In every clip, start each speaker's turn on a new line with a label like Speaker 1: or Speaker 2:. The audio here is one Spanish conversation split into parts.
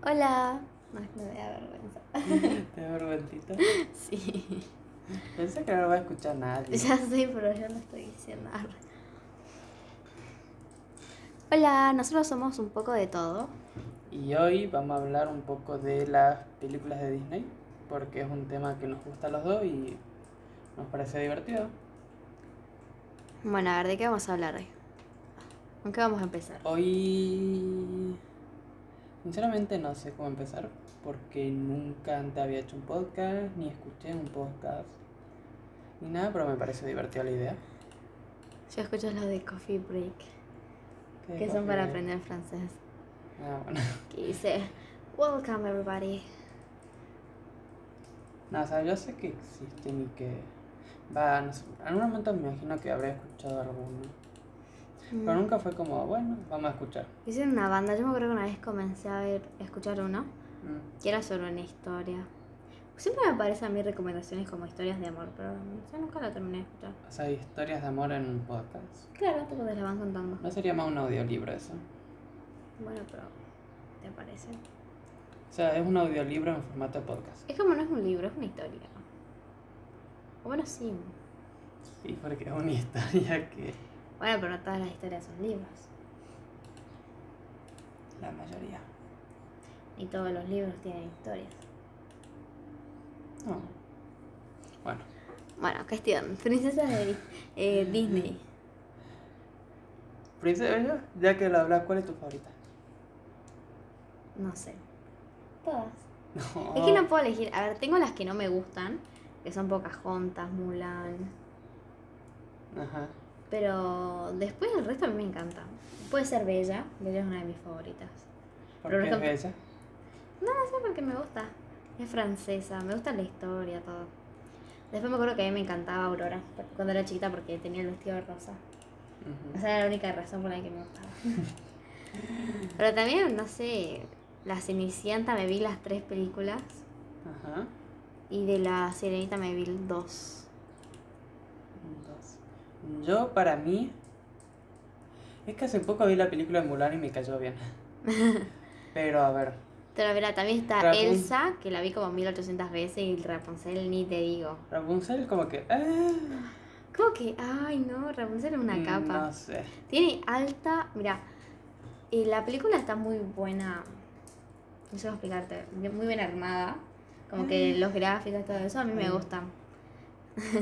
Speaker 1: Hola. No, no me da vergüenza.
Speaker 2: Te da vergüencita.
Speaker 1: Sí.
Speaker 2: Pensé que no lo va a escuchar nadie.
Speaker 1: Ya sé, pero yo no estoy diciendo nada. Hola, nosotros somos un poco de todo.
Speaker 2: Y hoy vamos a hablar un poco de las películas de Disney, porque es un tema que nos gusta a los dos y nos parece divertido.
Speaker 1: Bueno, a ver, ¿de qué vamos a hablar hoy? ¿Con qué vamos a empezar?
Speaker 2: Hoy... Sinceramente no sé cómo empezar, porque nunca antes había hecho un podcast, ni escuché un podcast, ni nada, pero me parece divertida la idea.
Speaker 1: Yo escucho los de Coffee Break,
Speaker 2: ¿Qué
Speaker 1: que son
Speaker 2: coffee
Speaker 1: para
Speaker 2: break?
Speaker 1: aprender francés.
Speaker 2: Ah, bueno.
Speaker 1: Que dice, Welcome everybody.
Speaker 2: No, o sea, yo sé que existen y que... Va, no sé, en algún momento me imagino que habré escuchado alguno. Pero nunca fue como, bueno, vamos a escuchar.
Speaker 1: Mm, Hicieron una banda, yo me acuerdo que una vez comencé a ver, a escuchar uno,
Speaker 2: Mm.
Speaker 1: que era sobre una historia. Siempre me aparecen a mí recomendaciones como historias de amor, pero yo nunca la terminé de escuchar.
Speaker 2: O sea, historias de amor en un podcast.
Speaker 1: Claro, porque te la van contando.
Speaker 2: ¿No sería más un audiolibro eso?
Speaker 1: Bueno, pero ¿te parece?
Speaker 2: O sea, es un audiolibro en formato de podcast.
Speaker 1: Es como no es un libro, es una historia. O bueno, sí.
Speaker 2: Sí, porque es una historia que
Speaker 1: Bueno, pero no todas las historias son libros.
Speaker 2: la mayoría.
Speaker 1: Y todos los libros tienen historias.
Speaker 2: No. Bueno,
Speaker 1: Bueno, cuestión. Princesas de Dis- eh, Disney.
Speaker 2: princesa, ya que lo hablas, ¿cuál es tu favorita?
Speaker 1: No sé. Todas.
Speaker 2: No.
Speaker 1: Es que no puedo elegir. A ver, tengo las que no me gustan, que son Pocahontas, Mulan.
Speaker 2: Ajá.
Speaker 1: Pero después el resto a mí me encanta. Puede ser Bella, Bella es una de mis favoritas.
Speaker 2: ¿Por
Speaker 1: Pero
Speaker 2: qué
Speaker 1: no
Speaker 2: es
Speaker 1: te-
Speaker 2: bella?
Speaker 1: No, no sé por qué me gusta. Es francesa, me gusta la historia, todo. Después me acuerdo que a mí me encantaba Aurora por- cuando era chiquita porque tenía el vestido de rosa.
Speaker 2: Ujú.
Speaker 1: O sea, era la única razón por la que me gustaba. Pero también, no sé, La Cenicienta me vi las tres películas
Speaker 2: Ajá.
Speaker 1: y de La Sirenita me vi dos.
Speaker 2: Un, dos. Yo, para mí, es que hace poco vi la película de Mulan y me cayó bien. Pero a ver,
Speaker 1: Pero mira, también está
Speaker 2: Rapunzel.
Speaker 1: Elsa, que la vi como 1800 veces, y Rapunzel ni te digo.
Speaker 2: Rapunzel como que... ah.
Speaker 1: ¿Cómo que? Ay, no, Rapunzel es una
Speaker 2: Mm,
Speaker 1: capa.
Speaker 2: No sé.
Speaker 1: Tiene alta. Mira, eh, la película está muy buena. No sé cómo explicarte. bien- Muy bien armada. Como
Speaker 2: Ah.
Speaker 1: que los gráficos, todo eso, a mí me
Speaker 2: Ay.
Speaker 1: gustan.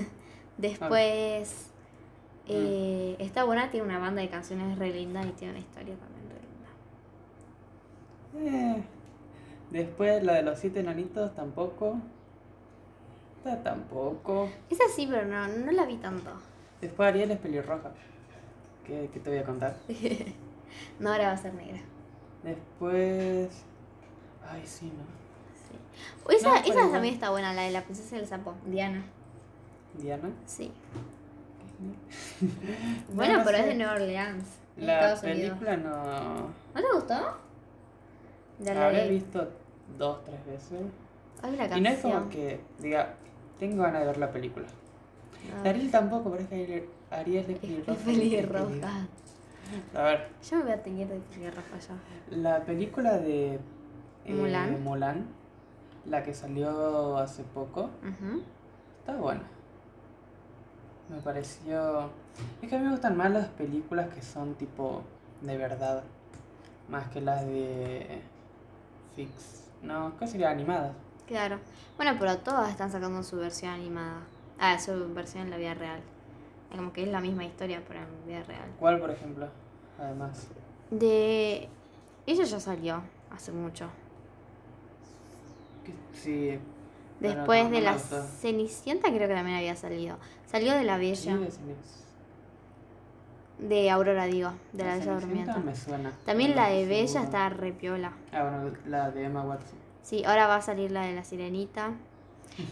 Speaker 1: Después.
Speaker 2: Mm.
Speaker 1: eh, está buena, tiene una banda de canciones re linda y tiene una historia también re linda.
Speaker 2: Eh, Después la de los siete enanitos tampoco. Esta tampoco.
Speaker 1: Esa sí, pero no, no la vi tanto.
Speaker 2: Después Ariel es pelirroja. ¿Qué, qué te voy a contar?
Speaker 1: No, ahora va a ser negra.
Speaker 2: Después. Ay, sí, ¿no?
Speaker 1: Sí. O esa
Speaker 2: No, pero
Speaker 1: esa
Speaker 2: igual.
Speaker 1: también está buena, la de la princesa del sapo, Diana.
Speaker 2: Diana.
Speaker 1: Sí.
Speaker 2: No,
Speaker 1: Bueno,
Speaker 2: no
Speaker 1: pero
Speaker 2: sé.
Speaker 1: es de Nueva Orleans, en
Speaker 2: La
Speaker 1: Estados Unidos.
Speaker 2: película no.
Speaker 1: ¿No te gustó? De
Speaker 2: Ah, La
Speaker 1: la
Speaker 2: habré
Speaker 1: de...
Speaker 2: visto dos, tres veces.
Speaker 1: Hay una
Speaker 2: Y no es
Speaker 1: canción.
Speaker 2: como que diga, tengo ganas de ver la película.
Speaker 1: Ah,
Speaker 2: Ariel tampoco, pero es que Ariel- Ariel es
Speaker 1: es
Speaker 2: pelirroja.
Speaker 1: pelirroja.
Speaker 2: A ver.
Speaker 1: Yo me voy a teñir de pelirroja ya.
Speaker 2: La película de eh,
Speaker 1: Mulan.
Speaker 2: la que salió hace poco,
Speaker 1: Ujú.
Speaker 2: está buena. Me pareció. Es que a mí me gustan más las películas que son tipo de verdad, más que las de fix. No, ¿qué sería? Animadas.
Speaker 1: Claro. Bueno, pero todas están sacando su versión animada. Ah, su versión en la vida real. Es como que es la misma historia, pero en vida real.
Speaker 2: ¿Cuál, por ejemplo? Además,
Speaker 1: De... Ella ya salió hace mucho.
Speaker 2: que sí. pero
Speaker 1: Después
Speaker 2: no, no
Speaker 1: de
Speaker 2: me
Speaker 1: la
Speaker 2: gustó.
Speaker 1: Cenicienta creo que también había salido. Salió de la
Speaker 2: Sí,
Speaker 1: Bella.
Speaker 2: de Cenicienta.
Speaker 1: De Aurora, digo. De la Bella
Speaker 2: Cenicienta
Speaker 1: Durmiente.
Speaker 2: me suena.
Speaker 1: También
Speaker 2: pero
Speaker 1: la
Speaker 2: no
Speaker 1: de
Speaker 2: estoy
Speaker 1: Bella
Speaker 2: seguro.
Speaker 1: está repiola.
Speaker 2: Ah, bueno, la de Emma Watson.
Speaker 1: Sí, ahora va a salir la de la sirenita.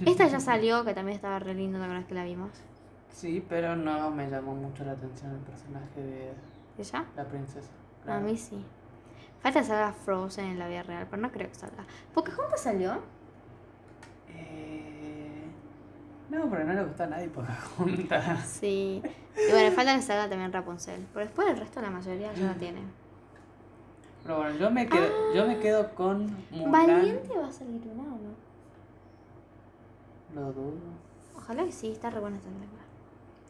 Speaker 1: Esta ya salió, que también estaba re linda, la verdad que la vimos.
Speaker 2: Sí, pero no me llamó mucho la atención el personaje de
Speaker 1: ¿Ella?
Speaker 2: la princesa.
Speaker 1: A mí sí. Falta que salga Frozen en la vida real, pero no creo que salga. Pocahontas salió.
Speaker 2: Eh, No, pero no le gusta a nadie Pocahontas.
Speaker 1: Sí. Y bueno, falta que salga también Rapunzel. Pero después el resto, la mayoría ya la tiene.
Speaker 2: Pero bueno, yo me quedo, yo me
Speaker 1: Ah,
Speaker 2: quedo con Mulan.
Speaker 1: Valiente va a salir una o no.
Speaker 2: Lo dudo.
Speaker 1: Ojalá que sí, está re buena esta película.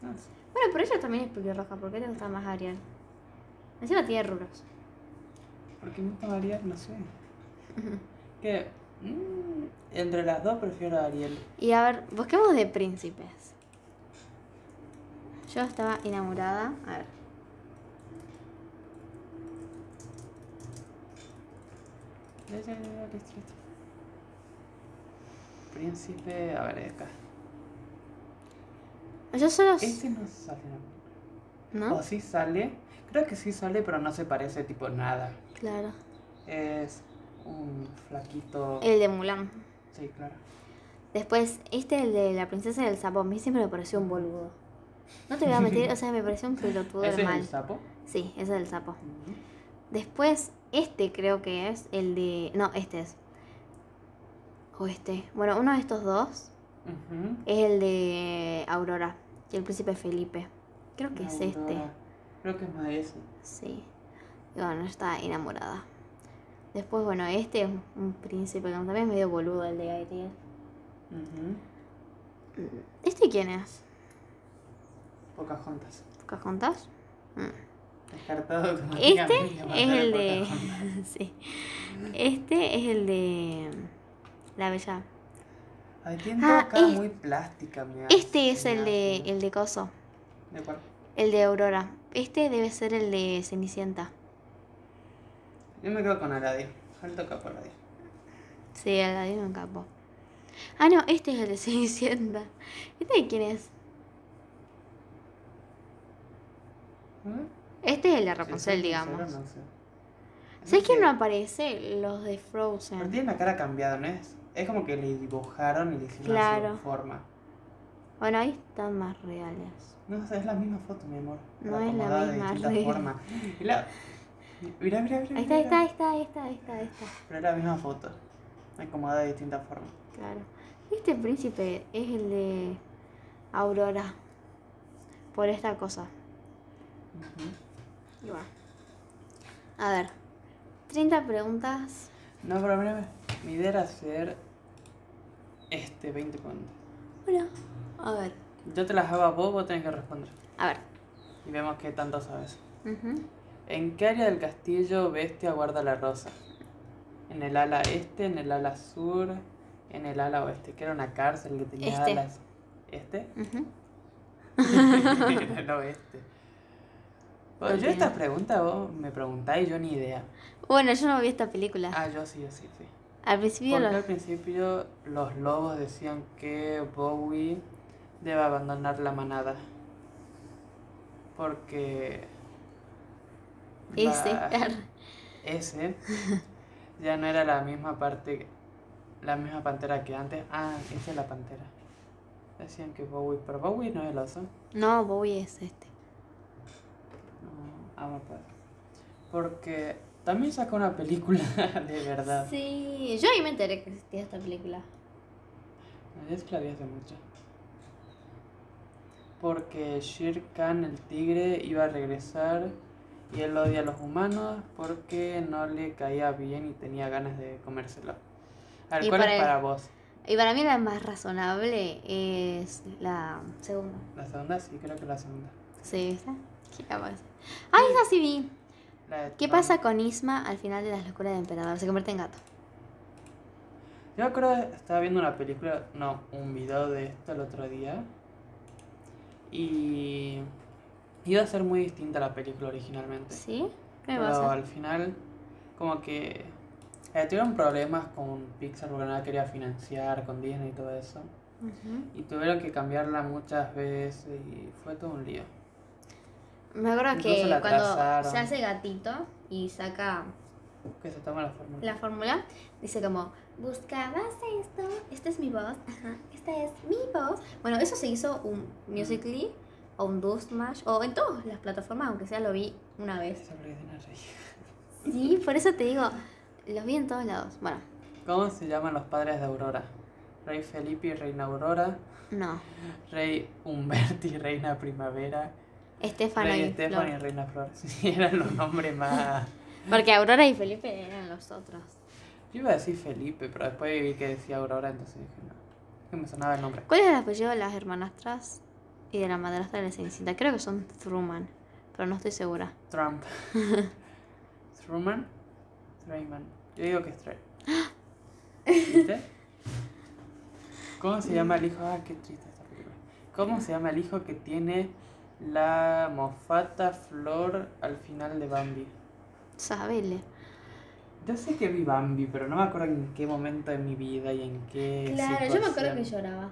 Speaker 2: No sé.
Speaker 1: Bueno, pero ella también es pelirroja, ¿por qué te gusta más Ariel? Encima tiene rulos.
Speaker 2: Porque me gusta Ariel, no sé. Que mm, entre las dos prefiero a Ariel.
Speaker 1: Y a ver, busquemos de príncipes. Yo estaba enamorada. A ver.
Speaker 2: Príncipe, a ver acá.
Speaker 1: Yo solo. s-
Speaker 2: Este no sale. ¿no?
Speaker 1: ¿No?
Speaker 2: O sí sale. Creo que sí sale, pero no se parece tipo nada.
Speaker 1: Claro.
Speaker 2: Es un flaquito.
Speaker 1: El de Mulan.
Speaker 2: Sí, claro.
Speaker 1: Después, este, el de la princesa del sapo, a mí siempre me pareció un boludo. No te voy a mentir, o sea, me pareció un pelotudo
Speaker 2: Ese
Speaker 1: de
Speaker 2: es
Speaker 1: mal.
Speaker 2: el sapo.
Speaker 1: sí, ese es el sapo.
Speaker 2: Ujú.
Speaker 1: Después, este creo que es el de. No, este es. O este. Bueno, uno de estos dos
Speaker 2: Ujú.
Speaker 1: es el de Aurora y el príncipe Felipe. Creo que es este.
Speaker 2: Aurora. Creo que es más ese.
Speaker 1: Sí. Y bueno, está enamorada. Después, bueno, este es un príncipe que también es medio boludo el de Gabriel.
Speaker 2: Ujú.
Speaker 1: ¿Este quién es?
Speaker 2: Pocahontas.
Speaker 1: ¿Pocahontas? Mm.
Speaker 2: Descartado
Speaker 1: Este
Speaker 2: automáticamente, va a
Speaker 1: es
Speaker 2: ser
Speaker 1: el de.
Speaker 2: Pocahontas.
Speaker 1: sí. Este es el de. La Bella.
Speaker 2: Ay, tiene
Speaker 1: Ah,
Speaker 2: acá
Speaker 1: es-
Speaker 2: muy plástica, me
Speaker 1: Este es
Speaker 2: hace, me
Speaker 1: el de.
Speaker 2: hace.
Speaker 1: El de Coso.
Speaker 2: ¿De cuál?
Speaker 1: El de Aurora. Este debe ser el de Cenicienta.
Speaker 2: Yo me quedo con Aladdin. Alto capo Aladdin.
Speaker 1: Sí, Aladino en capo. Ah, no, este es el de Cenicienta. ¿Este de quién es?
Speaker 2: ¿Mm?
Speaker 1: Este es el de
Speaker 2: Si
Speaker 1: Rapunzel,
Speaker 2: soy sincero,
Speaker 1: digamos.
Speaker 2: no sé.
Speaker 1: ¿Sabes quién
Speaker 2: sé.
Speaker 1: no aparece? Los de
Speaker 2: Pero
Speaker 1: Frozen.
Speaker 2: tiene la cara cambiada, ¿no es? Es como que le dibujaron y le hicieron
Speaker 1: Claro.
Speaker 2: su forma.
Speaker 1: Bueno, ahí están más reales.
Speaker 2: No, o sea, es la misma foto, mi amor.
Speaker 1: No
Speaker 2: pero
Speaker 1: es la
Speaker 2: acomodada de
Speaker 1: misma,
Speaker 2: distintas
Speaker 1: re.
Speaker 2: formas. Mirá, mirá, mirá, mirá,
Speaker 1: Ahí está, ahí está,
Speaker 2: mirá.
Speaker 1: ahí está, ahí está, ahí está, ahí está.
Speaker 2: Pero es la misma foto. Acomodada de distintas formas.
Speaker 1: Claro. Este príncipe es el de Aurora. Por esta cosa.
Speaker 2: Ujú.
Speaker 1: Y va. A ver. 30 preguntas.
Speaker 2: No, pero mira, mi idea era hacer este 20 puntos.
Speaker 1: Bueno. A ver.
Speaker 2: Yo te las hago a vos, vos tenés que responder.
Speaker 1: A ver.
Speaker 2: Y vemos qué tanto sabes.
Speaker 1: Ujú.
Speaker 2: ¿En qué área del castillo Bestia guarda la rosa? ¿En el ala este, en el ala sur, en el ala oeste? Que era una cárcel que tenía
Speaker 1: Este.
Speaker 2: alas. ¿Este?
Speaker 1: Ujú.
Speaker 2: Era el oeste. Bueno, yo
Speaker 1: Continúa.
Speaker 2: estas preguntas vos me preguntáis yo ni idea.
Speaker 1: Bueno, yo no vi esta película.
Speaker 2: Ah, yo sí, yo sí, sí.
Speaker 1: Al principio
Speaker 2: Porque
Speaker 1: lo-
Speaker 2: al principio los lobos decían que Bowie debe abandonar la manada. Porque...
Speaker 1: Ese.
Speaker 2: la- ese ya no era la misma parte la misma pantera que antes ah esa es la pantera decían que Bowie pero Bowie no es el oso
Speaker 1: No, Bowie es este.
Speaker 2: no, ah, me acuerdo. porque también sacó una película de verdad
Speaker 1: Sí. Yo ahí me enteré que existía esta película.
Speaker 2: es que la vi hace mucho porque Shere Khan el tigre iba a regresar y él odia a los humanos porque no le caía bien y tenía ganas de comérselo a ver,
Speaker 1: Y
Speaker 2: ¿cuál
Speaker 1: para
Speaker 2: es
Speaker 1: él.
Speaker 2: para vos?
Speaker 1: Y para mí la más razonable es la segunda.
Speaker 2: La segunda sí, creo que la segunda.
Speaker 1: Sí, ¿esa? ¿Qué la pasa? Ah, esa sí vi.
Speaker 2: La de
Speaker 1: ¿Qué
Speaker 2: Tron.
Speaker 1: pasa con Isma al final de las locuras del emperador? Se convierte en gato.
Speaker 2: Yo creo que estaba viendo una película, no, un video de esto el otro día. Y iba a ser muy distinta a la película originalmente.
Speaker 1: ¿Sí? ¿Qué me
Speaker 2: pero
Speaker 1: pasa?
Speaker 2: al final, como que eh, tuvieron problemas con Pixar porque no la quería financiar, con Disney y todo eso.
Speaker 1: Ujú.
Speaker 2: Y tuvieron que cambiarla muchas veces y fue todo un lío.
Speaker 1: Me acuerdo que
Speaker 2: Incluso la
Speaker 1: cuando
Speaker 2: atrasaron.
Speaker 1: se hace gatito y saca
Speaker 2: Que se toma la fórmula.
Speaker 1: la fórmula, dice como, buscabas esto, esta es mi voz, ajá, esta es mi voz. Bueno, eso se hizo un Musical.ly o un Do Smash o en todas las plataformas, aunque sea lo vi una vez.
Speaker 2: Esa película tiene una reír.
Speaker 1: Sí, por eso te digo, los vi en todos lados. Bueno,
Speaker 2: ¿Cómo se llaman los padres de Aurora? Rey Felipe y Reina Aurora,
Speaker 1: no.
Speaker 2: Rey Humberto y Reina Primavera,
Speaker 1: Estefano
Speaker 2: Rey
Speaker 1: y
Speaker 2: Estefano y
Speaker 1: Flor.
Speaker 2: Reina Flor. Sí, eran los nombres más
Speaker 1: Porque Aurora y Felipe eran los otros.
Speaker 2: Yo iba a decir Felipe, pero después vi que decía Aurora, entonces dije, no. Que me sonaba el nombre.
Speaker 1: ¿Cuál es el apellido de las hermanastras y de la madrastra de la Cenicienta? Creo que son Truman, pero no estoy segura.
Speaker 2: Trump. Truman. Trayman. Yo digo que es Trey. ¿Viste? ¿Cómo se llama el hijo? Ah, qué triste esta película. ¿Cómo se llama el hijo que tiene la mofata flor al final de Bambi?
Speaker 1: Sabele.
Speaker 2: Yo sé que vi Bambi, pero no me acuerdo en qué momento de mi vida y en qué.
Speaker 1: Claro, yo me acuerdo que
Speaker 2: situación.
Speaker 1: lloraba.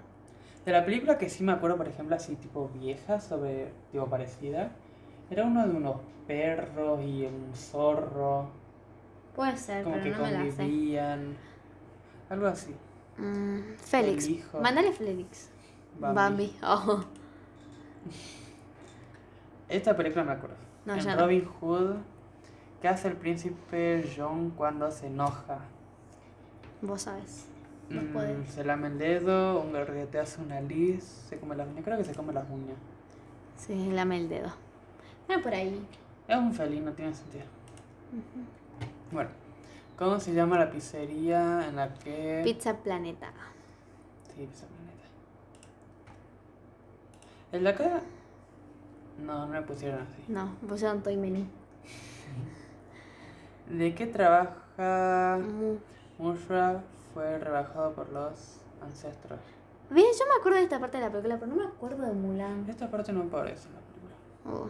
Speaker 2: De la película que sí me acuerdo, por ejemplo, así tipo vieja, sobre tipo parecida, era uno de unos perros y un zorro,
Speaker 1: Puede ser,
Speaker 2: como que
Speaker 1: Ah, pero no me la sé.
Speaker 2: convivían. Algo así.
Speaker 1: Mm, Félix.
Speaker 2: El hijo.
Speaker 1: Mándale Félix. Bambi. Oh,
Speaker 2: Esta película me acuerdo.
Speaker 1: No,
Speaker 2: en
Speaker 1: ya no.
Speaker 2: Robin Hood, ¿qué hace el príncipe John cuando se enoja?
Speaker 1: vos sabes. No
Speaker 2: Mm,
Speaker 1: puede.
Speaker 2: se lame el dedo, un gargante hace una lis, se come las uñas. Creo que se come las uñas.
Speaker 1: Sí, lame el dedo. Era por ahí.
Speaker 2: Es un felino, tiene sentido. Bueno, ¿cómo se llama la pizzería en la que.
Speaker 1: Pizza Planeta.
Speaker 2: Sí, Pizza Planeta. El de acá. No, no me pusieron así.
Speaker 1: No, pusieron Toy Menú.
Speaker 2: ¿De qué trabaja Mushra? Fue rebajado por los ancestros.
Speaker 1: Bien, yo me acuerdo de esta parte de la película, pero no me acuerdo de Mulan.
Speaker 2: Esta parte no aparece en la película.
Speaker 1: Oh,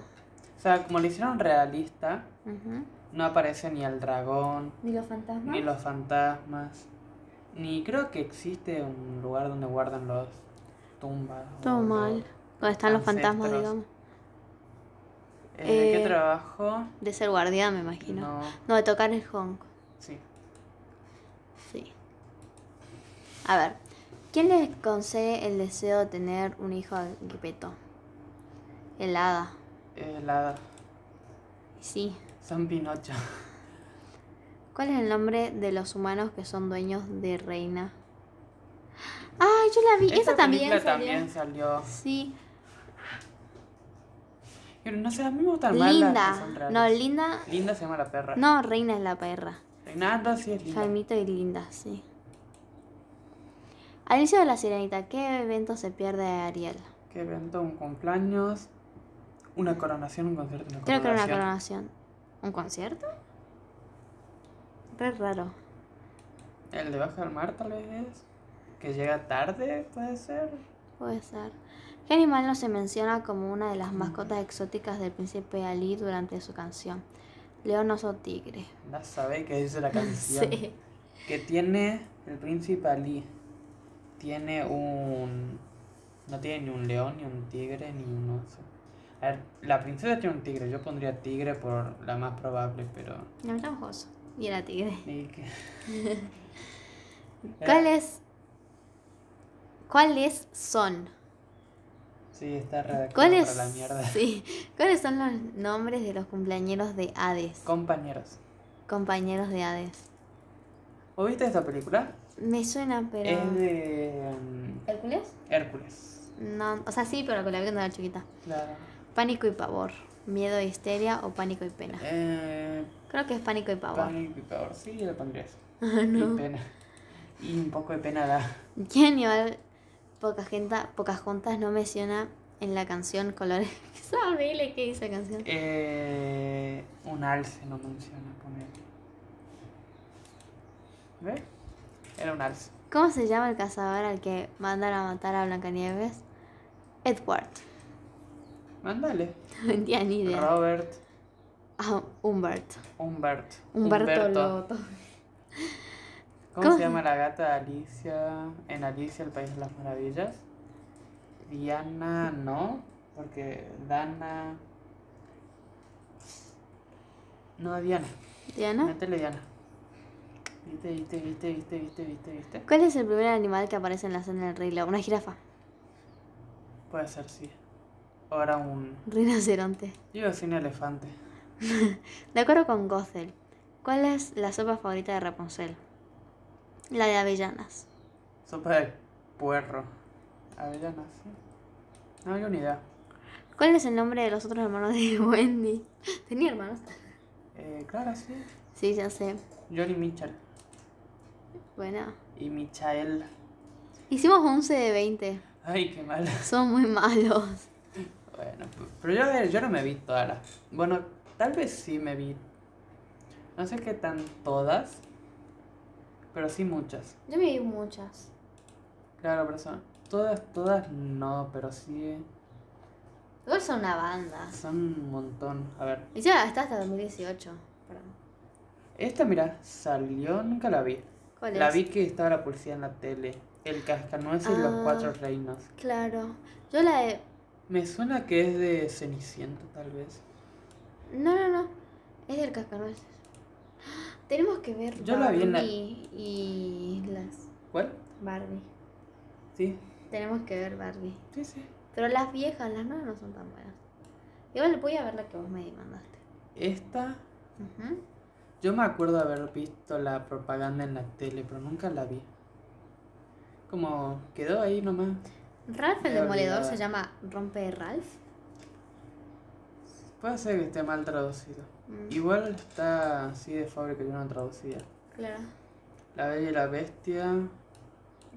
Speaker 2: O sea, como le hicieron realista,
Speaker 1: ujú.
Speaker 2: no aparece ni el dragón,
Speaker 1: Ni los fantasmas.
Speaker 2: ni los fantasmas, ni creo que existe un lugar donde guardan los tumbas. o
Speaker 1: Todo
Speaker 2: los-
Speaker 1: mal. Donde están los fantasmas,
Speaker 2: ancestros.
Speaker 1: digamos.
Speaker 2: Eh, ¿De
Speaker 1: Eh,
Speaker 2: qué trabajo?
Speaker 1: De ser guardián, me imagino. No,
Speaker 2: No,
Speaker 1: de tocar el honk.
Speaker 2: sí.
Speaker 1: Sí. A ver. ¿Quién le concede el deseo de tener un hijo a Gepetto? El hada.
Speaker 2: Eh, la
Speaker 1: Sí.
Speaker 2: San Pinocho.
Speaker 1: ¿Cuál es el nombre de los humanos que son dueños de reina? Ah, yo la vi. Esa
Speaker 2: Esta
Speaker 1: también
Speaker 2: película
Speaker 1: salió.
Speaker 2: también salió.
Speaker 1: Sí.
Speaker 2: Pero no sé, a mí me gustan más las que son
Speaker 1: Linda.
Speaker 2: reales.
Speaker 1: No, Linda.
Speaker 2: Linda se llama la perra.
Speaker 1: No, reina es la perra.
Speaker 2: Reinaldo sí es linda.
Speaker 1: Jaimito y Linda, sí. Al inicio de la sirenita, ¿qué evento se pierde de Ariel?
Speaker 2: Que evento, un cumpleaños, una coronación, un concierto, una
Speaker 1: Creo que era una coronación.
Speaker 2: coronación.
Speaker 1: ¿Un concierto? Re raro.
Speaker 2: El de Baja del Mar tal vez. Que llega tarde, puede ser.
Speaker 1: Puede ser. ¿Qué animal no se menciona como una de las mascotas exóticas del príncipe Ali durante su canción? León oso tigre.
Speaker 2: Anda a saber qué dice la canción.
Speaker 1: Sí.
Speaker 2: Que tiene el príncipe Ali. Tiene un. No tiene ni un león, ni un tigre, ni un oso. A ver, la princesa tiene un tigre. Yo pondría tigre por la más probable, pero.
Speaker 1: No era oso. Y era tigre.
Speaker 2: y que-
Speaker 1: ¿Cuál es? ¿Cuáles son?
Speaker 2: Sí, está redactado
Speaker 1: ¿Cuáles?
Speaker 2: para la mierda.
Speaker 1: Sí. ¿Cuáles son los nombres de los cumpleañeros de Hades?
Speaker 2: Compañeros.
Speaker 1: Compañeros de Hades.
Speaker 2: ¿O viste esta película?
Speaker 1: Me suena, pero.
Speaker 2: Es de. mm,
Speaker 1: ¿Hércules?
Speaker 2: Hércules.
Speaker 1: No, o sea, sí, pero con la vi cuando era chiquita.
Speaker 2: Claro.
Speaker 1: Pánico y pavor. Miedo y histeria o pánico y pena.
Speaker 2: Eh,
Speaker 1: Creo que es pánico y pavor.
Speaker 2: Pánico y pavor. Sí, le pondría eso.
Speaker 1: Ah, no.
Speaker 2: Y pena. Y un poco de pena da.
Speaker 1: ¿Quién igual Pocahontas, Pocahontas no menciona en la canción colores? Es horrible que dice la canción.
Speaker 2: Eh, un alce no menciona poner. ¿Ves? Era un alce.
Speaker 1: ¿Cómo se llama el cazador al que mandan a matar a Blancanieves? Edward.
Speaker 2: Mándale.
Speaker 1: No tenía ni idea.
Speaker 2: Robert
Speaker 1: Ah, Humbert.
Speaker 2: Humbert.
Speaker 1: Humberto
Speaker 2: Humberto.
Speaker 1: Loto.
Speaker 2: ¿Cómo,
Speaker 1: ¿Cómo
Speaker 2: se
Speaker 1: se-
Speaker 2: llama la gata de Alicia? En Alicia, el País de las Maravillas. Diana, no. Porque Dana. No, Diana.
Speaker 1: ¿Diana?
Speaker 2: Métele Diana. Viste, viste, viste, viste, viste, viste, viste.
Speaker 1: ¿Cuál es el primer animal que aparece en la escena del Rey León? Una jirafa.
Speaker 2: Puede ser, sí. Ahora un.
Speaker 1: Rinoceronte.
Speaker 2: Yo iba a decir un elefante.
Speaker 1: De acuerdo con Gothel, ¿cuál es la sopa favorita de Rapunzel? La de avellanas.
Speaker 2: Sopa de puerro. Avellana, sí. No había ni idea.
Speaker 1: ¿Cuál es el nombre de los otros hermanos de Wendy? ¿Tenía hermanos?
Speaker 2: Eh, claro, sí.
Speaker 1: Sí, ya sé.
Speaker 2: Johnny Mitchell
Speaker 1: Bueno.
Speaker 2: y Michael.
Speaker 1: Hicimos 11 de 20.
Speaker 2: Ay, qué mal.
Speaker 1: Son muy malos.
Speaker 2: Bueno, p- pero yo, eh, yo no me vi todas las. Bueno, tal vez sí me vi. No sé qué tan todas, pero sí muchas.
Speaker 1: Yo me vi muchas.
Speaker 2: Claro, pero son. Todas, todas no, pero sí eh,
Speaker 1: Igual son una banda.
Speaker 2: son un montón. A ver,
Speaker 1: Y ya está hasta 2018. Perdón.
Speaker 2: esta, mira, salió, nunca la vi.
Speaker 1: ¿Cuál
Speaker 2: La
Speaker 1: es?
Speaker 2: vi que estaba la policía en la tele. El cascanueces y
Speaker 1: Ah.
Speaker 2: los cuatro reinos.
Speaker 1: Claro. Yo la de.
Speaker 2: Me suena que es de Ceniciento, tal vez.
Speaker 1: No, no, no. Es del cascanueces. Tenemos que ver
Speaker 2: Yo la vi en la-
Speaker 1: Barbie y las
Speaker 2: ¿Cuál?
Speaker 1: Barbie.
Speaker 2: Sí,
Speaker 1: Tenemos que ver Barbie.
Speaker 2: sí, sí.
Speaker 1: Pero las viejas, las nuevas no son tan buenas. Igual voy a ver la que vos me demandaste.
Speaker 2: Esta,
Speaker 1: Ujú.
Speaker 2: yo me acuerdo haber visto la propaganda en la tele, pero nunca la vi. Como quedó ahí nomás.
Speaker 1: Ralph el
Speaker 2: Me
Speaker 1: Demoledor
Speaker 2: olvidaba.
Speaker 1: se llama Rompe de Ralph.
Speaker 2: Puede ser que esté mal traducido.
Speaker 1: Mm,
Speaker 2: Igual está así de fábrica yo no traducida.
Speaker 1: Claro.
Speaker 2: La Bella y la Bestia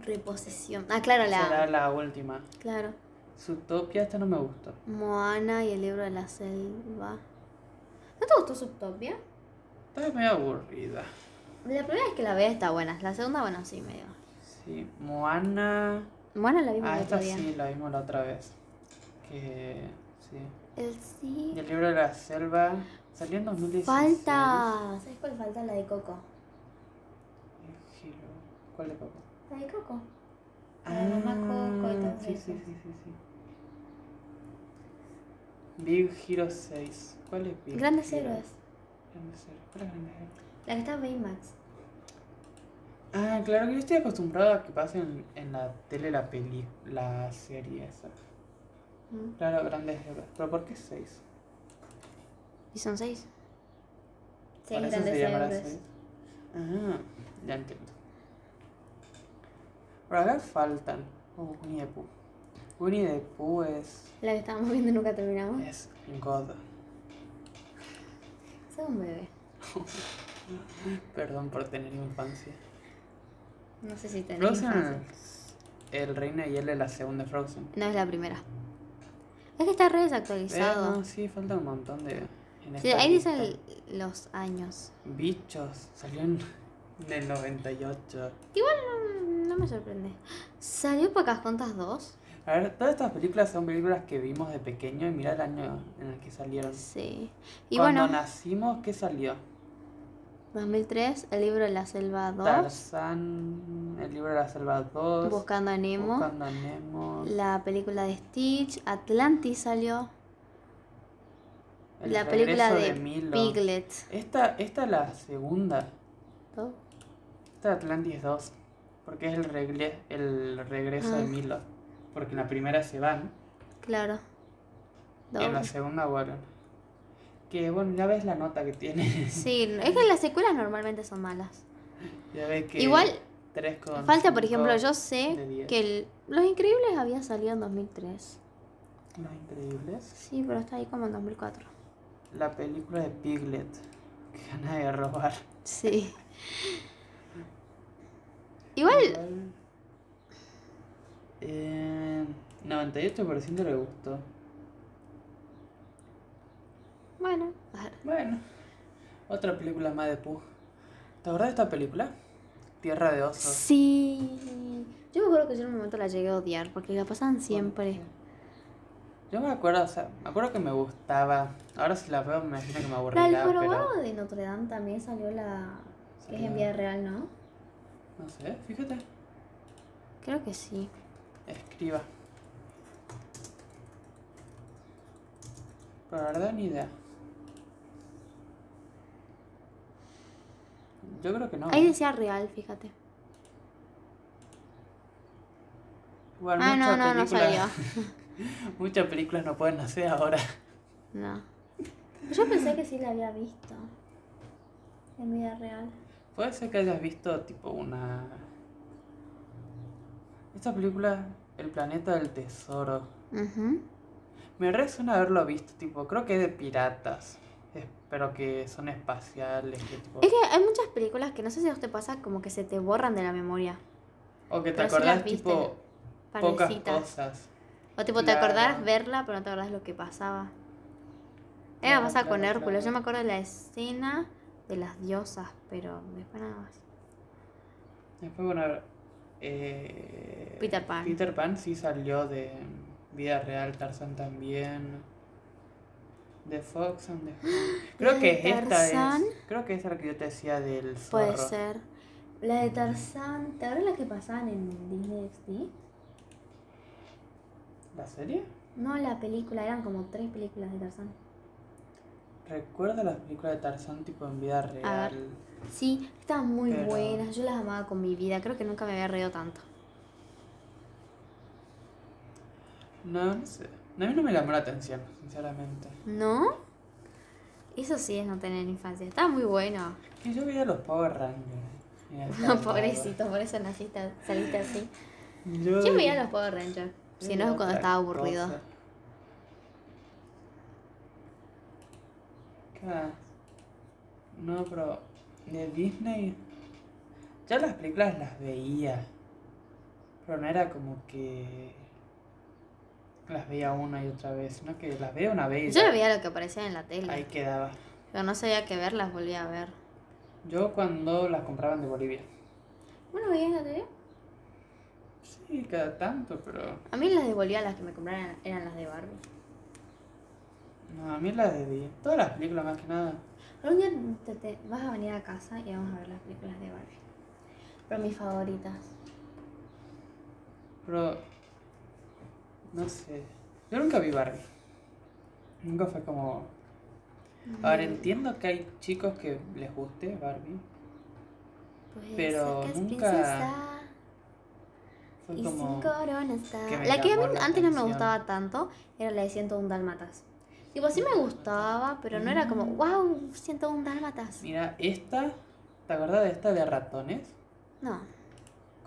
Speaker 1: Reposesión. Ah, claro, la.
Speaker 2: será la última.
Speaker 1: Claro.
Speaker 2: Zootopia, esta no me gustó.
Speaker 1: Moana y el libro de la selva. ¿No te gustó Subtopia?
Speaker 2: Está medio aburrida.
Speaker 1: La primera vez que la veía está buena. La segunda, bueno, sí, medio.
Speaker 2: Sí, Moana.
Speaker 1: Moana la vimos
Speaker 2: Ah,
Speaker 1: el otro
Speaker 2: esta
Speaker 1: día.
Speaker 2: sí, la vimos la otra vez. Que. Sí.
Speaker 1: El
Speaker 2: Y
Speaker 1: sí.
Speaker 2: el libro de la selva salió en 2016.
Speaker 1: Falta. ¿Sabes cuál falta? La de Coco.
Speaker 2: El giro. ¿Cuál de Coco?
Speaker 1: La de Coco. La de mamá Coco y todo
Speaker 2: Ah, sí,
Speaker 1: eso.
Speaker 2: sí, sí, sí, sí. Big Hero 6. ¿Cuál es Big
Speaker 1: Grandes
Speaker 2: Hero?
Speaker 1: héroes.
Speaker 2: Grandes héroes. ¿Cuál es Grandes héroes?
Speaker 1: La que está en Baymax.
Speaker 2: Ah, claro que yo estoy acostumbrado a que pasen en la tele la peli, la serie esa.
Speaker 1: Mm.
Speaker 2: Claro, grandes héroes. ¿Pero por qué 6?
Speaker 1: Y son seis. Seis
Speaker 2: Para eso
Speaker 1: grandes
Speaker 2: se llamará
Speaker 1: héroes.
Speaker 2: seis. Ah, ya entiendo. Por acá faltan. Oh, Winnie the Pooh. Winnie the Pooh es.
Speaker 1: La que estábamos viendo y nunca terminamos.
Speaker 2: es God.
Speaker 1: Soy un bebé.
Speaker 2: Perdón por tener infancia.
Speaker 1: No sé si tenés
Speaker 2: Frozen.
Speaker 1: infancia.
Speaker 2: El Reina y él es la segunda Frozen.
Speaker 1: No es la primera. Es que está re
Speaker 2: Eh,
Speaker 1: desactualizado.
Speaker 2: no, sí, falta un montón de. en
Speaker 1: Sí,
Speaker 2: esta
Speaker 1: ahí
Speaker 2: lista.
Speaker 1: dicen los años.
Speaker 2: Bichos. Salió en, en el 98.
Speaker 1: Igual Mm, no, no me sorprende. ¿Salió Pocahontas 2?
Speaker 2: A ver, todas estas películas son películas que vimos de pequeño y mira el año en el que salieron.
Speaker 1: Sí. Y
Speaker 2: Cuando
Speaker 1: bueno,
Speaker 2: nacimos, ¿qué salió?
Speaker 1: 2003, el libro de la selva 2,
Speaker 2: Tarzán, El libro de la selva 2,
Speaker 1: Buscando a Nemo,
Speaker 2: Buscando a Nemo,
Speaker 1: la película de Stitch, Atlantis salió,
Speaker 2: El
Speaker 1: la película
Speaker 2: regreso
Speaker 1: de,
Speaker 2: Milo.
Speaker 1: Piglet.
Speaker 2: Esta, esta es la segunda,
Speaker 1: ¿Todo?
Speaker 2: esta es Atlantis 2, porque es el, regle- el regreso de
Speaker 1: Ah.
Speaker 2: Milo. Porque en la primera se van
Speaker 1: Claro.
Speaker 2: y en la
Speaker 1: Dos.
Speaker 2: segunda vuelven. Que bueno, ya ves la nota que tiene.
Speaker 1: Sí, es que las secuelas normalmente son malas.
Speaker 2: ya ves que
Speaker 1: Igual,
Speaker 2: tres con
Speaker 1: falta, por ejemplo,
Speaker 2: cinco
Speaker 1: yo
Speaker 2: de
Speaker 1: sé
Speaker 2: diez.
Speaker 1: que el- Los Increíbles había salido en 2003.
Speaker 2: Los increíbles.
Speaker 1: Sí, pero está ahí como en 2004.
Speaker 2: La película de Piglet. Qué ganas de robar.
Speaker 1: Sí. Igual,
Speaker 2: Igual. Eh, 98% le gustó.
Speaker 1: bueno.
Speaker 2: Bueno, otra película más de Pooh. ¿Te acordás de esta película? Tierra de osos.
Speaker 1: Sí. Yo me acuerdo que yo en un momento la llegué a odiar porque la pasaban siempre.
Speaker 2: Yo me acuerdo, o sea, me acuerdo que me gustaba. Ahora si la veo me imagino que me
Speaker 1: La
Speaker 2: aburrirá,
Speaker 1: del
Speaker 2: pero
Speaker 1: jorobado de Notre Dame también salió la. que es en
Speaker 2: Salió.
Speaker 1: vida real, ¿no?
Speaker 2: no sé, fíjate.
Speaker 1: Creo que sí.
Speaker 2: Escriba. Pero la verdad ni idea. Yo creo que no.
Speaker 1: Ahí decía real, fíjate.
Speaker 2: Igual,
Speaker 1: Ah, no,
Speaker 2: muchas
Speaker 1: no, no salió.
Speaker 2: películas- Muchas películas no pueden hacer ahora.
Speaker 1: No. Pues Yo pensé que sí la había visto. En vida real.
Speaker 2: Puede ser que hayas visto tipo una... Esta película, El planeta del tesoro.
Speaker 1: Ujú.
Speaker 2: Me resuena haberlo visto, tipo, creo que es de piratas. es- pero que son espaciales, que tipo-
Speaker 1: Es que hay muchas películas que no sé si a vos te pasa como que se te borran de la memoria.
Speaker 2: o que te
Speaker 1: pero sí las
Speaker 2: acordás
Speaker 1: viste,
Speaker 2: tipo pocas
Speaker 1: Parecitas.
Speaker 2: cosas.
Speaker 1: O tipo, te
Speaker 2: Claro.
Speaker 1: acordás verla, pero no te acordás lo que pasaba. Era
Speaker 2: Claro,
Speaker 1: pasada con
Speaker 2: claro,
Speaker 1: Hércules.
Speaker 2: claro.
Speaker 1: Yo me acuerdo de la escena de las diosas, pero después nada más.
Speaker 2: Después, bueno, eh,
Speaker 1: Peter Pan.
Speaker 2: Peter Pan sí salió de vida real, Tarzan también. The Fox and the Hound. Creo
Speaker 1: de
Speaker 2: que esta
Speaker 1: Tarzán.
Speaker 2: es. Creo que esa es la que yo te decía del zorro.
Speaker 1: Puede ser. La de Tarzán, ¿te acuerdas la que pasaban en Disney XD?
Speaker 2: ¿La serie?
Speaker 1: No, la película, eran como tres películas de Tarzán.
Speaker 2: Recuerdo las películas de Tarzan tipo en vida real.
Speaker 1: Sí, estaban muy
Speaker 2: Pero-
Speaker 1: buenas, yo las amaba con mi vida, creo que nunca me había reído tanto.
Speaker 2: No, no sé. A mí no me llamó la atención, sinceramente.
Speaker 1: ¿No? Eso sí es no tener infancia, estaba muy bueno.
Speaker 2: Que yo veía los Power Rangers. en el carnaval.
Speaker 1: Pobrecito, por eso naciste, saliste así.
Speaker 2: Yo,
Speaker 1: Yo veía los Power Rangers, si no
Speaker 2: veía
Speaker 1: es cuando
Speaker 2: otra
Speaker 1: estaba aburrido.
Speaker 2: cosa. Claro. No, pero de Disney. Ya las películas las veía. Pero no era como que. Las veía una y otra vez, sino que las veía una vez. y
Speaker 1: Yo
Speaker 2: ya
Speaker 1: veía lo que aparecía en la tele,
Speaker 2: Ahí quedaba.
Speaker 1: pero no sabía qué ver, las volvía a ver.
Speaker 2: Yo cuando las compraban de Bolivia.
Speaker 1: ¿Bueno veías la tele?
Speaker 2: Sí, cada tanto, pero.
Speaker 1: A mí las devolvía las que me compraron eran las de Barbie.
Speaker 2: No, a mí las de Disney. Todas las películas más que nada.
Speaker 1: Pero un día te, te- vas a venir a casa y vamos a ver las películas de Barbie. Pero mis favoritas.
Speaker 2: Pero. No sé. Yo nunca vi Barbie. Nunca fue como.
Speaker 1: Mm,
Speaker 2: Ahora entiendo que hay chicos que les guste Barbie.
Speaker 1: Pues
Speaker 2: pero
Speaker 1: sacas
Speaker 2: nunca
Speaker 1: princesa
Speaker 2: Fue
Speaker 1: y
Speaker 2: como.
Speaker 1: sin corona está.
Speaker 2: que me
Speaker 1: la que a mí
Speaker 2: llamó la
Speaker 1: antes no me
Speaker 2: atención.
Speaker 1: gustaba tanto era la de 101 dálmatas. Tipo, sí me gustaba, pero no era como,
Speaker 2: Mm.
Speaker 1: wow, 101 dálmatas.
Speaker 2: Mira, esta. ¿Te acordás de esta de ratones?
Speaker 1: No.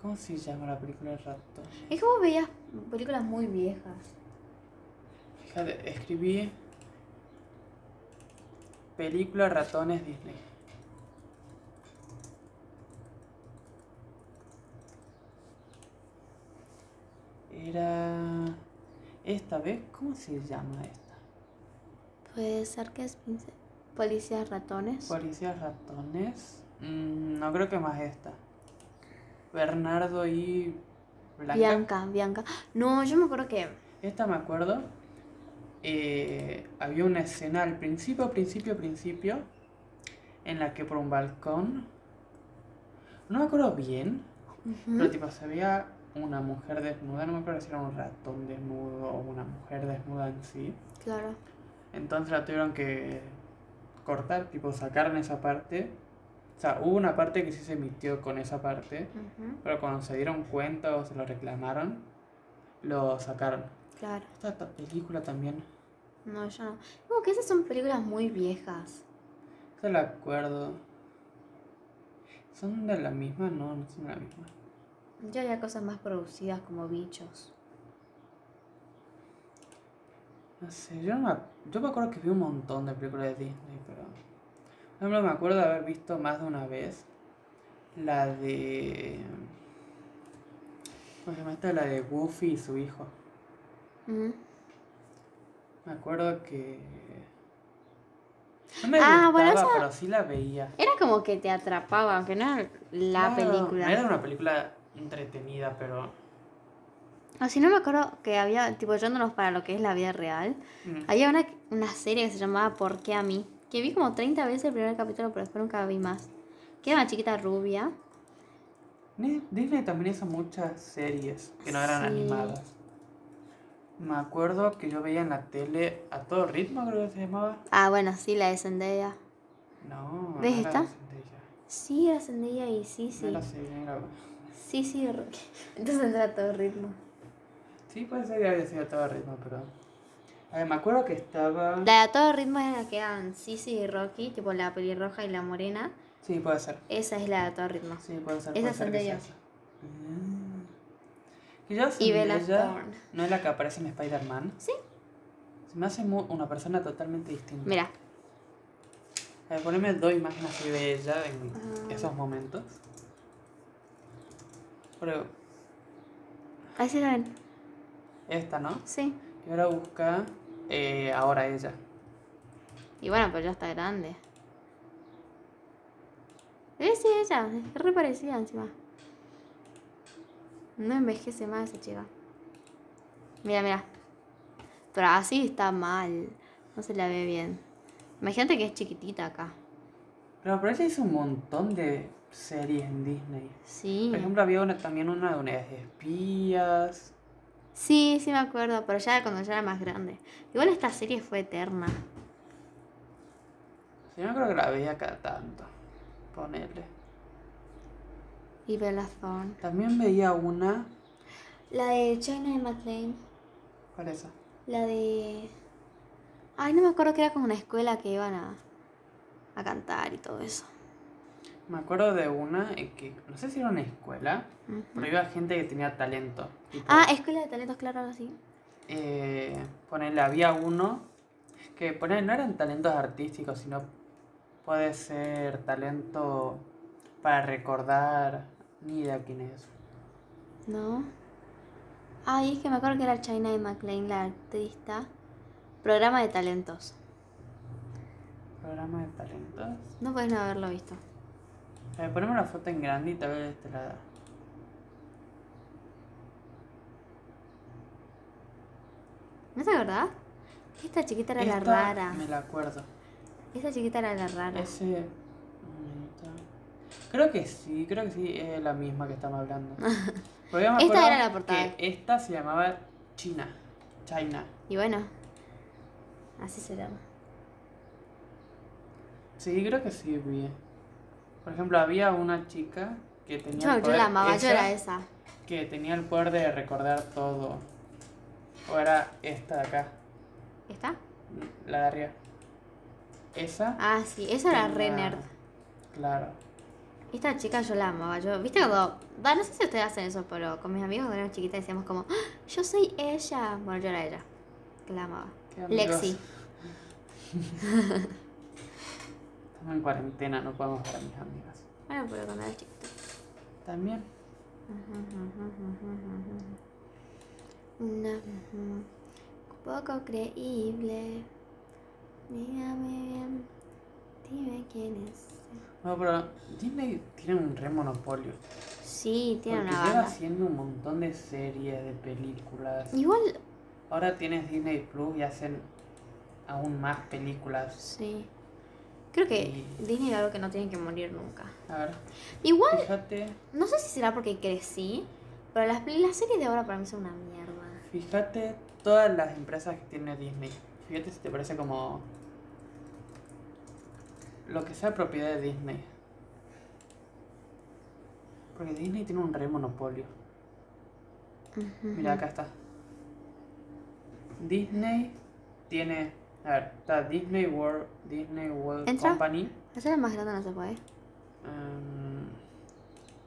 Speaker 2: ¿Cómo se llama la película de ratones?
Speaker 1: Es que vos veías películas muy viejas.
Speaker 2: Fíjate, escribí. Película Ratones Disney. Era. Esta vez, ¿cómo se llama esta? Pues,
Speaker 1: Puede ser que es princesa. Policías ratones.
Speaker 2: Policías ratones. Mm, no creo que más esta. Bernardo y. Blanca.
Speaker 1: Bianca, Bianca. No, yo me acuerdo que.
Speaker 2: Esta me acuerdo. eh, había una escena al principio, principio, principio, en la que por un balcón. No me acuerdo bien,
Speaker 1: Ujú.
Speaker 2: pero tipo se veía una mujer desnuda, no me acuerdo si era un ratón desnudo o una mujer desnuda en sí.
Speaker 1: Claro.
Speaker 2: Entonces la tuvieron que cortar, tipo sacaron esa parte. O sea, hubo una parte que sí se emitió con esa parte,
Speaker 1: Ujú.
Speaker 2: pero cuando se dieron cuenta o se lo reclamaron, lo sacaron.
Speaker 1: Claro.
Speaker 2: Esta ta- película también.
Speaker 1: No, yo no. Como que esas son películas muy viejas.
Speaker 2: Se la acuerdo. ¿Son de la misma? No, no son de la misma.
Speaker 1: Yo había cosas más producidas como bichos.
Speaker 2: No sé, yo, no me, ac- yo me acuerdo que vi un montón de películas de Disney, pero. Por ejemplo, me acuerdo de haber visto más de una vez la de. ¿Cómo se llama esta? La de Goofy y su hijo.
Speaker 1: Mm.
Speaker 2: Me acuerdo que. No me
Speaker 1: Ah,
Speaker 2: gustaba,
Speaker 1: bueno, esa-
Speaker 2: pero sí la veía.
Speaker 1: Era como que te atrapaba, aunque no era la
Speaker 2: Claro,
Speaker 1: película.
Speaker 2: Era una película entretenida, pero.
Speaker 1: O si no me acuerdo que había, tipo, yéndonos para lo que es la vida real,
Speaker 2: mm,
Speaker 1: había una, una serie que se llamaba ¿Por qué a mí? Que vi como 30 veces el primer capítulo, pero después nunca vi más. Que era una chiquita rubia.
Speaker 2: Ni- Disney también hizo muchas series que no eran
Speaker 1: Sí.
Speaker 2: animadas. Me acuerdo que yo veía en la tele a todo ritmo, creo que se llamaba.
Speaker 1: Ah, bueno, sí, la de Zendaya.
Speaker 2: No,
Speaker 1: ¿Ves
Speaker 2: no era
Speaker 1: esta?
Speaker 2: Zendaya.
Speaker 1: Sí, era Zendaya y sí,
Speaker 2: No
Speaker 1: sí.
Speaker 2: era Zendaya.
Speaker 1: Sí, sí. r- Entonces entra a todo ritmo.
Speaker 2: Ah. Sí, puede ser que haya sido a todo ritmo, pero. A ver, me acuerdo que estaba.
Speaker 1: La de a todo ritmo es la que eran Sisi y Rocky, tipo la pelirroja y la morena.
Speaker 2: Sí, puede ser.
Speaker 1: Esa es la de a todo ritmo.
Speaker 2: Sí, puede ser.
Speaker 1: Esa
Speaker 2: puede ser que
Speaker 1: Zendaya.
Speaker 2: sea esa. Mm. Que yo
Speaker 1: Y Bella
Speaker 2: Zendaya
Speaker 1: Thorne.
Speaker 2: no es la que aparece en Spider-Man.
Speaker 1: Sí.
Speaker 2: Se me hace mu- una persona totalmente distinta.
Speaker 1: Mira,
Speaker 2: A ver, poneme dos imágenes así de ella en
Speaker 1: Ah.
Speaker 2: esos momentos. Pero
Speaker 1: Ahí se la ven.
Speaker 2: esta, ¿no?
Speaker 1: Sí.
Speaker 2: Y ahora busca eh, ahora ella.
Speaker 1: Y bueno, pero ya está grande. Eh, sí, ella. Es re parecida encima. No envejece más esa chica. Mira, mira. Pero así está mal. No se la ve bien. Imagínate que es chiquitita acá.
Speaker 2: Pero, pero ella hizo un montón de series en Disney.
Speaker 1: Sí.
Speaker 2: Por ejemplo, había una- también una de unas espías.
Speaker 1: Sí, sí me acuerdo, pero ya cuando ya era más grande. Igual esta serie fue eterna.
Speaker 2: Sí, Yo no creo que la veía cada tanto. Ponerle.
Speaker 1: Y Bella Thorne.
Speaker 2: También veía una.
Speaker 1: La de China de McLean.
Speaker 2: ¿Cuál es esa?
Speaker 1: La de. Ay, no me acuerdo que era como una escuela que iban a, a cantar y todo eso.
Speaker 2: Me acuerdo de una en que no sé si era una escuela,
Speaker 1: Ujú.
Speaker 2: pero iba gente que tenía talento. Tipo,
Speaker 1: Ah, escuela de talentos, claro, algo así.
Speaker 2: eh, ponele, había uno que ponele, no eran talentos artísticos, sino puede ser talento para recordar ni idea quién es.
Speaker 1: ¿No? Ay, es que me acuerdo que era China de McLean, la artista. Programa de talentos.
Speaker 2: Programa de talentos.
Speaker 1: No puedes no haberlo visto.
Speaker 2: Eh, poneme la foto en grande y tal vez te este, la da.
Speaker 1: ¿No te acordás? Que esta chiquita era la
Speaker 2: Esta
Speaker 1: rara.
Speaker 2: Me la acuerdo.
Speaker 1: Esta chiquita era la rara.
Speaker 2: Ese. un momento. Creo que sí, creo que sí es la misma que estamos hablando. Porque yo me
Speaker 1: Esta
Speaker 2: acuerdo
Speaker 1: era la portada.
Speaker 2: Que esta se llamaba China. China.
Speaker 1: Y bueno, así será.
Speaker 2: Sí, creo que sí vi. Por ejemplo, había una chica que tenía
Speaker 1: Yo,
Speaker 2: el
Speaker 1: yo
Speaker 2: poder,
Speaker 1: la amaba, yo
Speaker 2: esa,
Speaker 1: era esa.
Speaker 2: que tenía el poder de recordar todo. O era esta de acá,
Speaker 1: ¿Está?
Speaker 2: la de arriba. Esa.
Speaker 1: Ah, sí, esa era re
Speaker 2: tenía-
Speaker 1: nerd.
Speaker 2: Claro.
Speaker 1: Esta chica yo la amaba. Yo, ¿Viste cuando.? Va, no sé si ustedes hacen eso, pero con mis amigos cuando éramos chiquitas decíamos como, "¡Ah! yo soy ella. Bueno, yo era ella. Que la amaba.
Speaker 2: Qué amigos.
Speaker 1: Lexi.
Speaker 2: Estamos en cuarentena, no podemos ver a mis amigas.
Speaker 1: Bueno, pero cuando era chiquita.
Speaker 2: También.
Speaker 1: Una- poco creíble. Dígame bien. Dime quién es.
Speaker 2: No, pero Disney tiene un re monopolio.
Speaker 1: Sí, tiene
Speaker 2: porque
Speaker 1: una
Speaker 2: lleva
Speaker 1: banda.
Speaker 2: haciendo un montón de series, de películas.
Speaker 1: Igual,
Speaker 2: Ahora tienes Disney Plus y hacen aún más películas.
Speaker 1: sí. Creo que
Speaker 2: Y-
Speaker 1: Disney es algo que no tiene que morir nunca.
Speaker 2: A ver,
Speaker 1: Igual,
Speaker 2: fíjate,
Speaker 1: no sé si será porque crecí, pero las, peli- las series de ahora para mí son una mierda.
Speaker 2: fíjate todas las empresas que tiene Disney. Fíjate si te parece como lo que sea propiedad de Disney. Porque Disney tiene un re monopolio. Mira, acá está. Disney tiene. A ver, está Disney World, Disney World
Speaker 1: Entra.
Speaker 2: Company.
Speaker 1: Hacer el más grande no se puede.
Speaker 2: Em,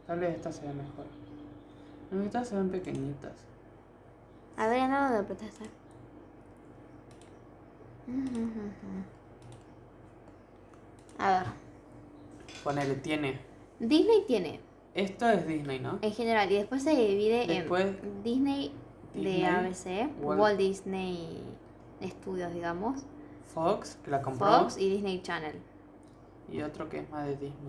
Speaker 2: tal vez esta se ve mejor. No, estas se ven pequeñitas.
Speaker 1: A ver, anda donde apretaste. A ver.
Speaker 2: Ponele, tiene.
Speaker 1: Disney tiene,
Speaker 2: Esto es Disney, ¿no?
Speaker 1: en general, y después se divide en
Speaker 2: Después,
Speaker 1: Disney,
Speaker 2: Disney,
Speaker 1: de ABC,
Speaker 2: Walt-
Speaker 1: Walt, Disney Studios, digamos,
Speaker 2: Fox, que la compró.
Speaker 1: Fox y Disney Channel.
Speaker 2: Y otro que es más de Disney.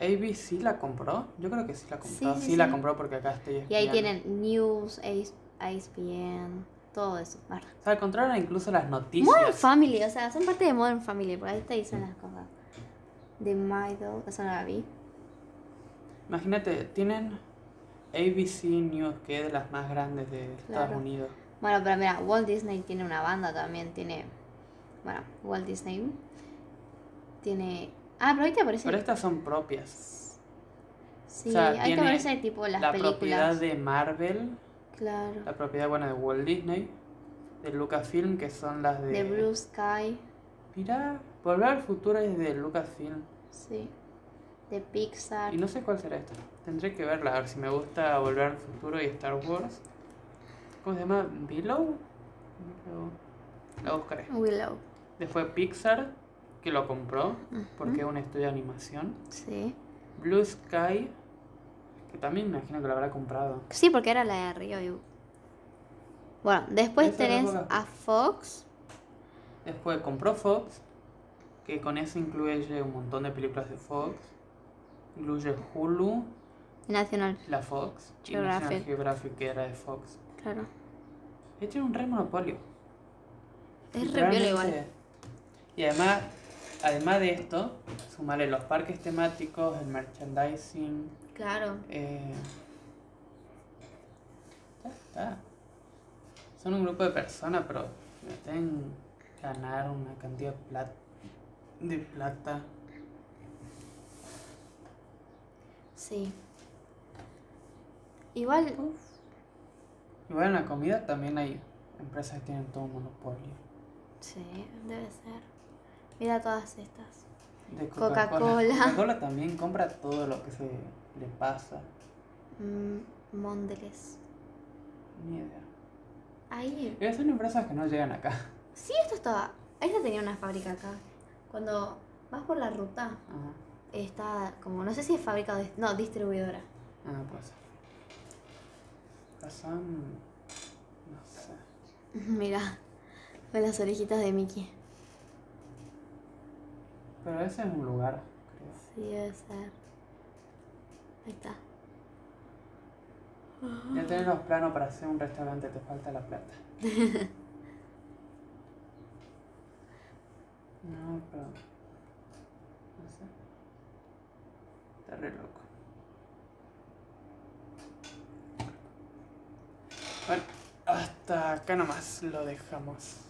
Speaker 2: ABC la compró. Yo creo que sí la compró.
Speaker 1: Sí,
Speaker 2: Sí,
Speaker 1: sí,
Speaker 2: la
Speaker 1: sí.
Speaker 2: compró porque acá estoy.
Speaker 1: Y ahí
Speaker 2: espiando.
Speaker 1: tienen News, Ace- ESPN, todo eso. Bueno,
Speaker 2: O sea, controlan incluso las noticias.
Speaker 1: Modern Family, o sea, son parte de Modern Family, por ahí te dicen las cosas. De Middle, esa no la vi.
Speaker 2: Imagínate, tienen ABC News, que es de las más grandes de Estados
Speaker 1: Claro.
Speaker 2: Unidos.
Speaker 1: Bueno, pero mira, Walt Disney tiene una banda también, tiene... Bueno, Walt Disney tiene... Ah, pero ahí te aparece...
Speaker 2: Pero estas son propias.
Speaker 1: Sí,
Speaker 2: o sea,
Speaker 1: ahí te
Speaker 2: tiene
Speaker 1: aparece tipo las
Speaker 2: la propiedad
Speaker 1: películas.
Speaker 2: de Marvel,
Speaker 1: Claro.
Speaker 2: la propiedad, bueno, de Walt Disney, de Lucasfilm, que son las de...
Speaker 1: De Blue Sky,
Speaker 2: Mirá, Volver al Futuro es de Lucasfilm.
Speaker 1: sí. De Pixar.
Speaker 2: Y no sé cuál será esta. Tendré que verla, a ver si me gusta Volver al Futuro y Star Wars. ¿Cómo se llama? ¿Below? Below. La buscaré.
Speaker 1: Willow.
Speaker 2: Después Pixar, que lo compró porque es un estudio de animación.
Speaker 1: Sí.
Speaker 2: Blue Sky, que también me imagino que lo habrá comprado.
Speaker 1: Sí, porque era la de Ryu. Bueno, después
Speaker 2: Esa es la
Speaker 1: tenés
Speaker 2: época.
Speaker 1: a Fox.
Speaker 2: Después compró Fox, que con eso incluye un montón de películas de Fox. Incluye Hulu,
Speaker 1: National,
Speaker 2: la Fox, y
Speaker 1: Geographic.
Speaker 2: National Geographic, que era de Fox.
Speaker 1: claro.
Speaker 2: De hecho, era un re monopolio.
Speaker 1: Es re piola igual.
Speaker 2: Literalmente. Y además, además de esto, sumarle los parques temáticos, el merchandising.
Speaker 1: Claro.
Speaker 2: eh, Ya está. Son un grupo de personas, pero deben ganar una cantidad de plata. De plata.
Speaker 1: Sí. Igual,
Speaker 2: Igual en la comida también hay empresas que tienen todo un monopolio.
Speaker 1: sí, debe ser. Mira todas estas.
Speaker 2: De Coca-Cola.
Speaker 1: Coca-Cola.
Speaker 2: Coca-Cola también compra todo lo que se le pasa.
Speaker 1: Mm, Mondeles.
Speaker 2: Ni idea.
Speaker 1: Ahí.
Speaker 2: Esas son empresas que no llegan acá.
Speaker 1: Sí, esto estaba. Esta tenía una fábrica acá. Cuando vas por la ruta,
Speaker 2: Ajá.
Speaker 1: está como, no sé si es fábrica o dis- no, distribuidora.
Speaker 2: Ah, puede ser. Estas son. No sé.
Speaker 1: Mira, con las orejitas de Mickey.
Speaker 2: Pero ese es un lugar, creo.
Speaker 1: Sí, debe ser. Ahí está.
Speaker 2: Ya tenés los planos para hacer un restaurante, te falta la plata. no, pero. No sé. Está re loco. Bueno, hasta acá nomás lo dejamos.